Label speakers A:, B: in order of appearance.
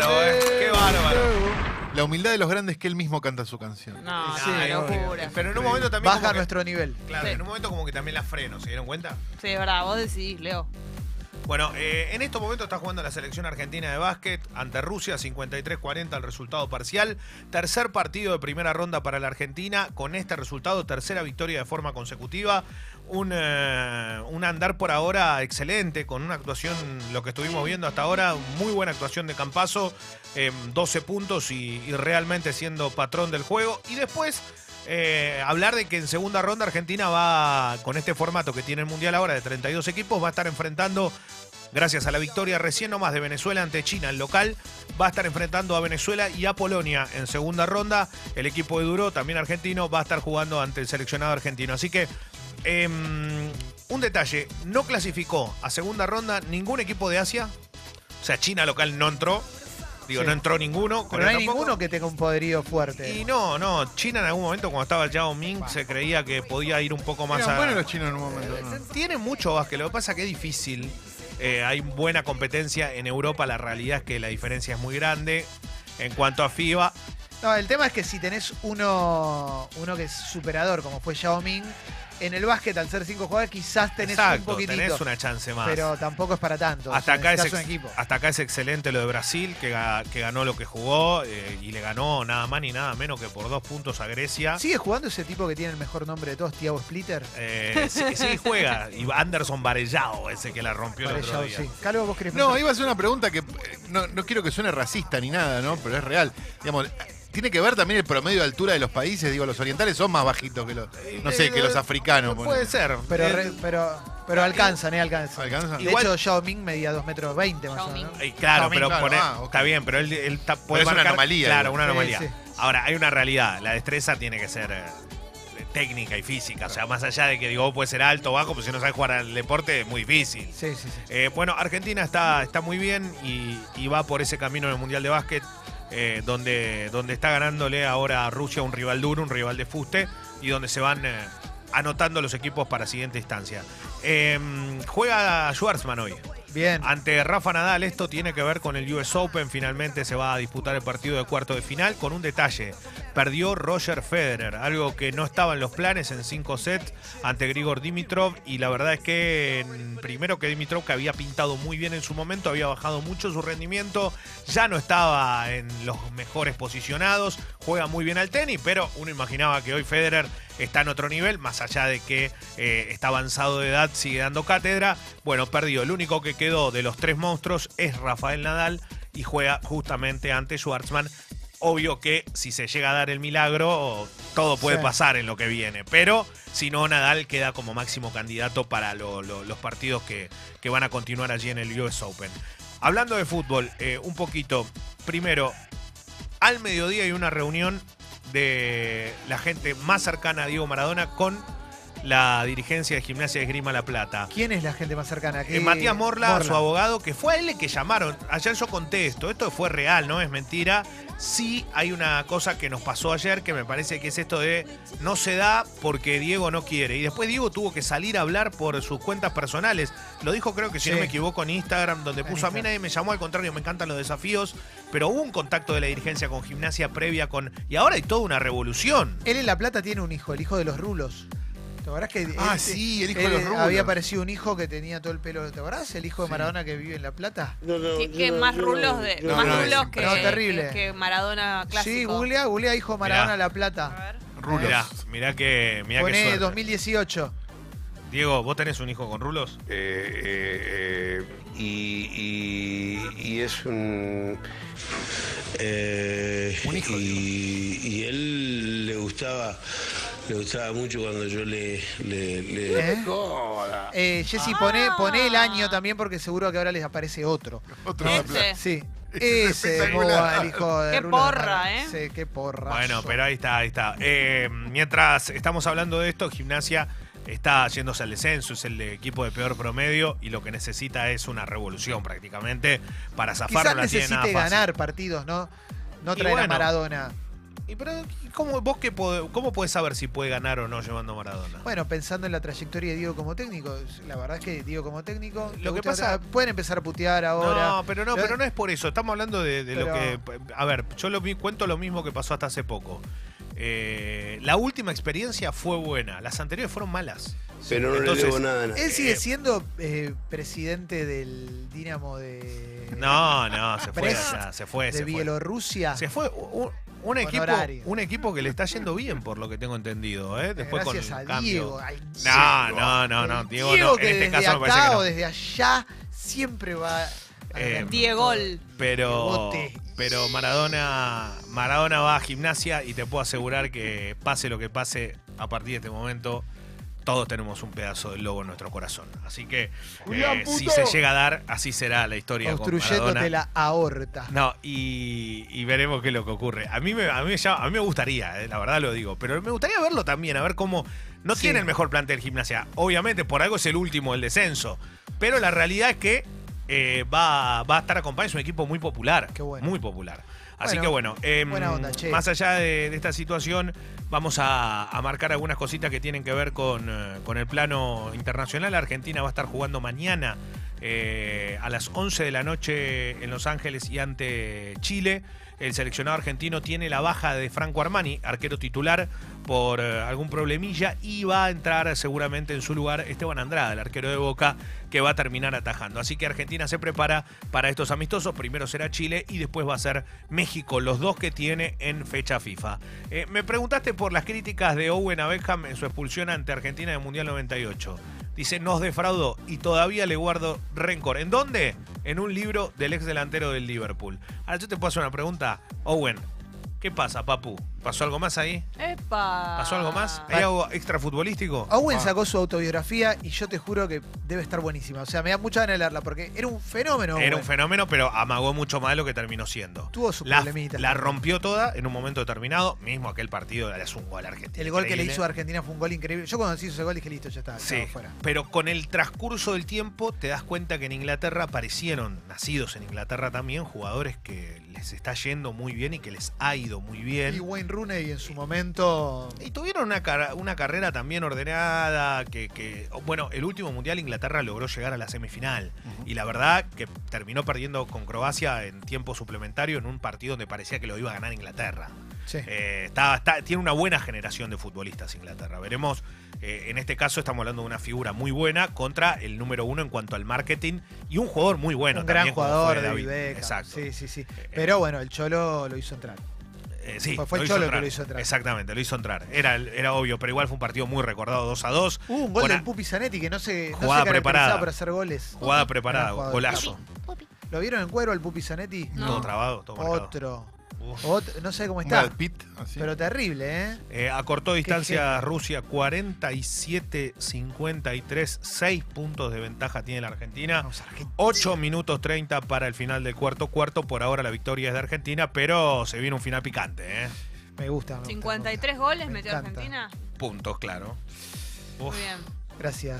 A: eh,
B: eh,
A: humildad de los grandes que él mismo canta su canción.
C: No,
B: Sí,
C: no,
B: obvio.
C: locura.
B: Ah, Pero en
A: Increíble.
B: un momento también.
D: Baja
B: como que-
D: nuestro nivel.
B: Claro,
C: Sí.
B: en un momento como que también la freno, ¿se dieron cuenta?
C: Sí, es verdad, vos decidís, Leo.
B: Bueno, eh, en estos momentos está jugando la selección argentina de básquet ante Rusia, 53-40 el resultado parcial. Tercer partido de primera ronda para la Argentina, con este resultado, tercera victoria de forma consecutiva. Un, eh, un andar por ahora excelente, con una actuación, lo que estuvimos viendo hasta ahora, muy buena actuación de Campazo, 12 puntos y, y realmente siendo patrón del juego. Y después... eh, hablar de que en segunda ronda Argentina va, con este formato que tiene el Mundial ahora de 32 equipos, va a estar enfrentando Gracias a la victoria recién nomás de Venezuela ante China, el local va a estar enfrentando a Venezuela y a Polonia en segunda ronda. El equipo de Duro, también argentino, va a estar jugando ante el seleccionado argentino. Así que, em, un detalle, no clasificó a segunda ronda ningún equipo de Asia. O sea, China local no entró. Digo,
D: Sí.
B: no entró ninguno.
D: Pero no
B: Corea
D: hay
B: tampoco.
D: ninguno que tenga un poderío fuerte.
B: Y no, no, China en algún momento cuando estaba Yao Ming se creía que podía ir un poco más
A: Eran
B: a...
A: buenos los chinos en un momento. ¿no?
B: Tiene Mm. mucho básquet, lo que pasa que es difícil. Eh, hay buena competencia en Europa, la realidad es que la diferencia es muy grande. En cuanto a FIBA,
D: No, el tema es que si tenés uno, uno que es superador, como fue Yao Ming, en el básquet, al ser cinco jugadores, quizás tenés un
B: exacto,
D: poquitito.
B: tenés una chance más.
D: Pero tampoco es para tanto.
B: hasta, acá es
D: necesitas un
B: ex-
D: equipo.
B: hasta acá es excelente lo de Brasil, que, ga- que ganó lo que jugó eh, y le ganó nada más ni nada menos que por dos puntos a Grecia.
D: ¿Sigue jugando ese tipo que tiene el mejor nombre de todos, Thiago Splitter?
B: Eh, sí, sí, juega. Y Anderson Varellao, ese que la rompió el
D: Para
B: otro
D: Yao,
B: día.
D: sí. Calvo, vos querés
A: No,
D: preguntar?
A: iba a hacer una pregunta que eh, no, no quiero que suene racista ni nada, ¿no? Pero es real. Digamos, tiene que ver también el promedio de altura de los países. Digo, los orientales son más bajitos que los, no sé, que los
D: Eh,
A: africanos.
B: Puede
A: ponele.
B: ser.
D: pero,
B: Eh,
D: re- pero, pero alcanzan, ¿eh? Alcanzan.
A: ¿Alcanzan?
D: De
B: Igual-
D: hecho, Yao Ming medía 2 metros 20 más
C: Yao
D: o menos.
C: Ming.
B: Y claro,
A: Domingo,
B: pero
A: claro,
B: pone-
A: ah, ok.
B: está bien, pero él, él está, puede
A: es una
B: marcar-
A: anomalía,
B: Claro,
A: igual.
B: una anomalía.
D: Sí, sí.
B: Ahora, hay una realidad. La destreza tiene que ser eh, técnica y física. O sea, más allá de que digo, vos puede ser alto o bajo, pero si no sabes jugar al deporte es muy difícil.
D: Sí, sí, sí.
B: Eh, bueno, Argentina está, está muy bien y, y va por ese camino en el Mundial de Básquet, eh, donde, donde está ganándole ahora a Rusia un rival duro, un rival de fuste, y donde se van eh, anotando los equipos para siguiente instancia. Eh, juega Schwarzman hoy.
D: Bien.
B: Ante Rafa Nadal, esto tiene que ver con el US Open. Finalmente se va a disputar el partido de cuarto de final con un detalle. Perdió Roger Federer, algo que no estaba en los planes en cinco sets ante Grigor Dimitrov. Y la verdad es que mm, primero que Dimitrov, que había pintado muy bien en su momento, había bajado mucho su rendimiento, ya no estaba en los mejores posicionados, juega muy bien al tenis, pero uno imaginaba que hoy Federer está en otro nivel, más allá de que eh, está avanzado de edad, sigue dando cátedra. Bueno, perdió. El único que quedó de los tres monstruos es Rafael Nadal y juega justamente ante Schwartzman. Obvio que si se llega a dar el milagro, todo puede
D: Sí.
B: pasar en lo que viene. Pero si no, Nadal queda como máximo candidato para lo- lo- los partidos que, que van a continuar allí en el US Open. Hablando de fútbol, eh, un poquito. Primero, al mediodía hay una reunión de la gente más cercana a Diego Maradona con la dirigencia de Gimnasia de Esgrima La Plata.
D: ¿Quién es la gente más cercana?
B: Eh,
D: ¿Qué-
B: Matías Morla, su abogado, que fue a él el que llamaron. Ayer yo conté esto, esto fue real, no es mentira. Sí hay una cosa que nos pasó ayer que me parece que es esto de no se da porque Diego no quiere. Y después Diego tuvo que salir a hablar por sus cuentas personales. Lo dijo creo que si
D: Sí.
B: no me equivoco en Instagram, donde
D: En
B: puso a mí
D: Instagram.
B: nadie me llamó, al contrario, me encantan los desafíos. Pero hubo un contacto de la dirigencia con gimnasia previa con... Y ahora hay toda una revolución.
D: Él en La Plata tiene un hijo, el hijo de los rulos. ¿Te acordás que
A: Ah,
D: él-
A: sí, el hijo
D: él
A: de los rulos.
D: Había aparecido un hijo que tenía todo el pelo. ¿Te acordás? El hijo de Maradona que vive en La Plata.
E: No, no,
C: Que,
E: yo
C: que
E: no-
C: más
E: yo no-
C: rulos, de,
E: yo
A: no,
C: más
A: no,
C: rulos
A: es-
C: que,
D: no, terrible.
C: que- que Maradona clásico.
D: Sí, googlea, googlea hijo de Maradona
B: Mirá.
D: La Plata.
C: A ver.
A: Rulos.
B: Mirá, mirá que... Mirá que
D: Pone
B: suerte.
D: 2018.
B: Diego, ¿vos tenés un hijo con rulos?
E: Eh, eh, eh, y, y- y es un. eh,
A: Un hijo,
E: y, y él le gustaba, le gustaba mucho cuando yo le. le, le-
D: ¿Eh? Eh, Jessy,
C: Ah.
D: pone, pone el año también porque seguro que ahora les aparece otro.
A: Otro
C: Ese.
D: Este,
A: aplauso.
D: Sí.
A: Ese es
D: Ese,
A: espectacular.
D: boba, el hijo de
C: Eh. Qué
D: rulos de
C: porra,
D: Maradona.
C: ¿eh?
D: Sí, qué porra.
B: Bueno, pero ahí está, ahí está. Eh, mientras estamos hablando de esto, Gimnasia está yéndose al descenso, es el equipo de peor promedio y lo que necesita es una revolución prácticamente para zafar.
D: Quizás
B: no la tiene nada
D: necesite
B: fácil.
D: ganar partidos, ¿no? No
B: Y
D: traer a
B: bueno.
D: Maradona.
B: Y pero, ¿cómo, vos qué podés- ¿Cómo podés saber si puede ganar o no llevando a Maradona?
D: Bueno, pensando en la trayectoria de Diego como técnico, la verdad es que Diego como técnico.
B: Lo
D: le
B: que
D: gusta-
B: pasa-
D: Pueden empezar a putear ahora.
B: No, pero no,
D: Lo-
B: pero no es por eso. Estamos hablando de, de lo que.
D: Pero-
B: A ver, yo lo, mi- cuento lo mismo que pasó hasta hace poco. Eh, la última experiencia fue buena, las anteriores fueron malas.
E: Pero no
B: Entonces,
E: le debo nada a nadie.
D: Él sigue
B: Eh,
D: siendo eh, presidente del Dinamo de,
B: No, no, se fue,
D: Press
B: allá, se fue,
D: de
B: se fue.
D: Bielorrusia.
B: Se fue un, un equipo,
D: Honorario.
B: un equipo que le está yendo bien, por lo que tengo entendido, ¿eh?
D: Eh,
B: Después con
D: Gracias
B: el
D: a
B: cambio.
D: Diego. al
B: No, no, no, no,
D: El
B: Diego no. En
D: que
B: este
D: desde
B: caso me parece
D: acá
B: que no. Eh,
D: o desde allá siempre va. a ganar todo.
C: Diego.
B: Pero,
D: Bote.
B: pero Maradona, Maradona va a gimnasia y te puedo asegurar que pase lo que pase a partir de este momento, todos tenemos un pedazo del lobo en nuestro corazón. Así que eh, si se llega a dar, así será la historia. con
D: Construyéndote
B: Maradona.
D: la aorta.
B: No, y, y veremos qué es lo que ocurre. A mí me, a mí ya- a mí me gustaría, eh, la verdad lo digo, pero me gustaría verlo también, a ver cómo. No
D: Sí.
B: tiene el mejor plantel gimnasia. Obviamente, por algo es el último el descenso. Pero la realidad es que eh, va, va a estar acompañado. Es un equipo muy popular.
D: Qué bueno.
B: Muy popular. Así
D: Bueno,
B: que bueno, em,
D: buena onda, che.
B: más allá de, de esta situación, vamos a, a marcar algunas cositas que tienen que ver con, eh, con el plano internacional. Argentina va a estar jugando mañana eh, a las 11 de la noche en Los Ángeles y ante Chile. El seleccionado argentino tiene la baja de Franco Armani, arquero titular, por eh, algún problemilla y va a entrar seguramente en su lugar Esteban Andrada, el arquero de Boca, que va a terminar atajando. Así que Argentina se prepara para estos amistosos. Primero será Chile y después va a ser México, los dos que tiene en fecha FIFA. Eh, me preguntaste por las críticas de Owen a Beckham en su expulsión ante Argentina en el Mundial 98. Dice, nos defraudó y todavía le guardo rencor. ¿En dónde? En un libro del ex delantero del Liverpool. Ahora yo te puedo hacer una pregunta. Owen, ¿qué pasa, papu? ¿Pasó algo más ahí?
C: ¡Epa!
B: ¿Pasó algo más? ¿Hay algo extra futbolístico?
D: Owen sacó su autobiografía y yo te juro que debe estar buenísima. O sea, me da mucha gana de leerla porque era un fenómeno.
B: Era un
D: Owen.
B: fenómeno, pero amagó mucho más de lo que terminó siendo.
D: Tuvo sus
B: la,
D: problemitas.
B: la rompió toda en un momento determinado. Mismo aquel partido le hace un gol a Argentina.
D: El gol que le
B: increíble.
D: hizo a Argentina fue un gol increíble. Yo cuando se hizo ese gol dije, listo, ya está,
B: Sí,
D: estaba fuera.
B: pero con el transcurso del tiempo te das cuenta que en Inglaterra aparecieron, nacidos en Inglaterra también, jugadores que les está yendo muy bien y que les ha ido muy bien.
D: Y Wayne Rooney en su momento.
B: Y tuvieron una, cara- una carrera también ordenada, que, que- bueno, el último Mundial Inglaterra logró llegar a la semifinal. Y la verdad que terminó perdiendo con Croacia en tiempo suplementario en un partido donde parecía que lo iba a ganar Inglaterra.
D: Sí.
B: Eh, está- está- tiene una buena generación de futbolistas Inglaterra. Veremos, eh, en este caso estamos hablando de una figura muy buena contra el número uno en cuanto al marketing y un jugador muy bueno.
D: un gran
B: también, como
D: jugador
B: fue
D: de
B: David.
D: Beckham.
B: Exacto.
D: Sí, sí, sí. Pero bueno, el Cholo lo hizo entrar.
B: Eh, sí,
D: Fue- fue el
B: hizo
D: Cholo que
B: entrar.
D: lo hizo entrar.
B: Exactamente, lo hizo entrar. Era, era obvio, pero igual fue un partido muy recordado 2 a 2.
D: Hubo un gol
B: Buena-
D: del Pupi Zanetti que no se, no se
B: Jugada
D: caracterizaba
B: preparada.
D: por hacer goles.
B: Jugada
D: Gran
B: preparada,
D: jugador.
B: golazo.
D: ¿Lo vieron en cuero al Pupi Zanetti?
C: No.
B: Todo trabado, todo marcado.
D: Otro.
B: Uf.
D: Otro. No sé cómo
A: Un
D: está.
A: Brad Pitt, así.
D: Pero terrible, ¿eh?
B: Eh, acortó distancia
D: genio.
B: Rusia 47-53, 6 puntos de ventaja tiene la Argentina.
D: Vamos, Argentina.
B: 8 minutos 30 para el final del cuarto cuarto. Por ahora la victoria es de Argentina, pero se viene un final picante. ¿eh?
D: Me gusta. me gusta, me gusta.
C: 53 goles
D: Me
C: metió
D: encanta.
C: Argentina.
B: Puntos, claro. Uf.
C: Muy bien.
D: Gracias.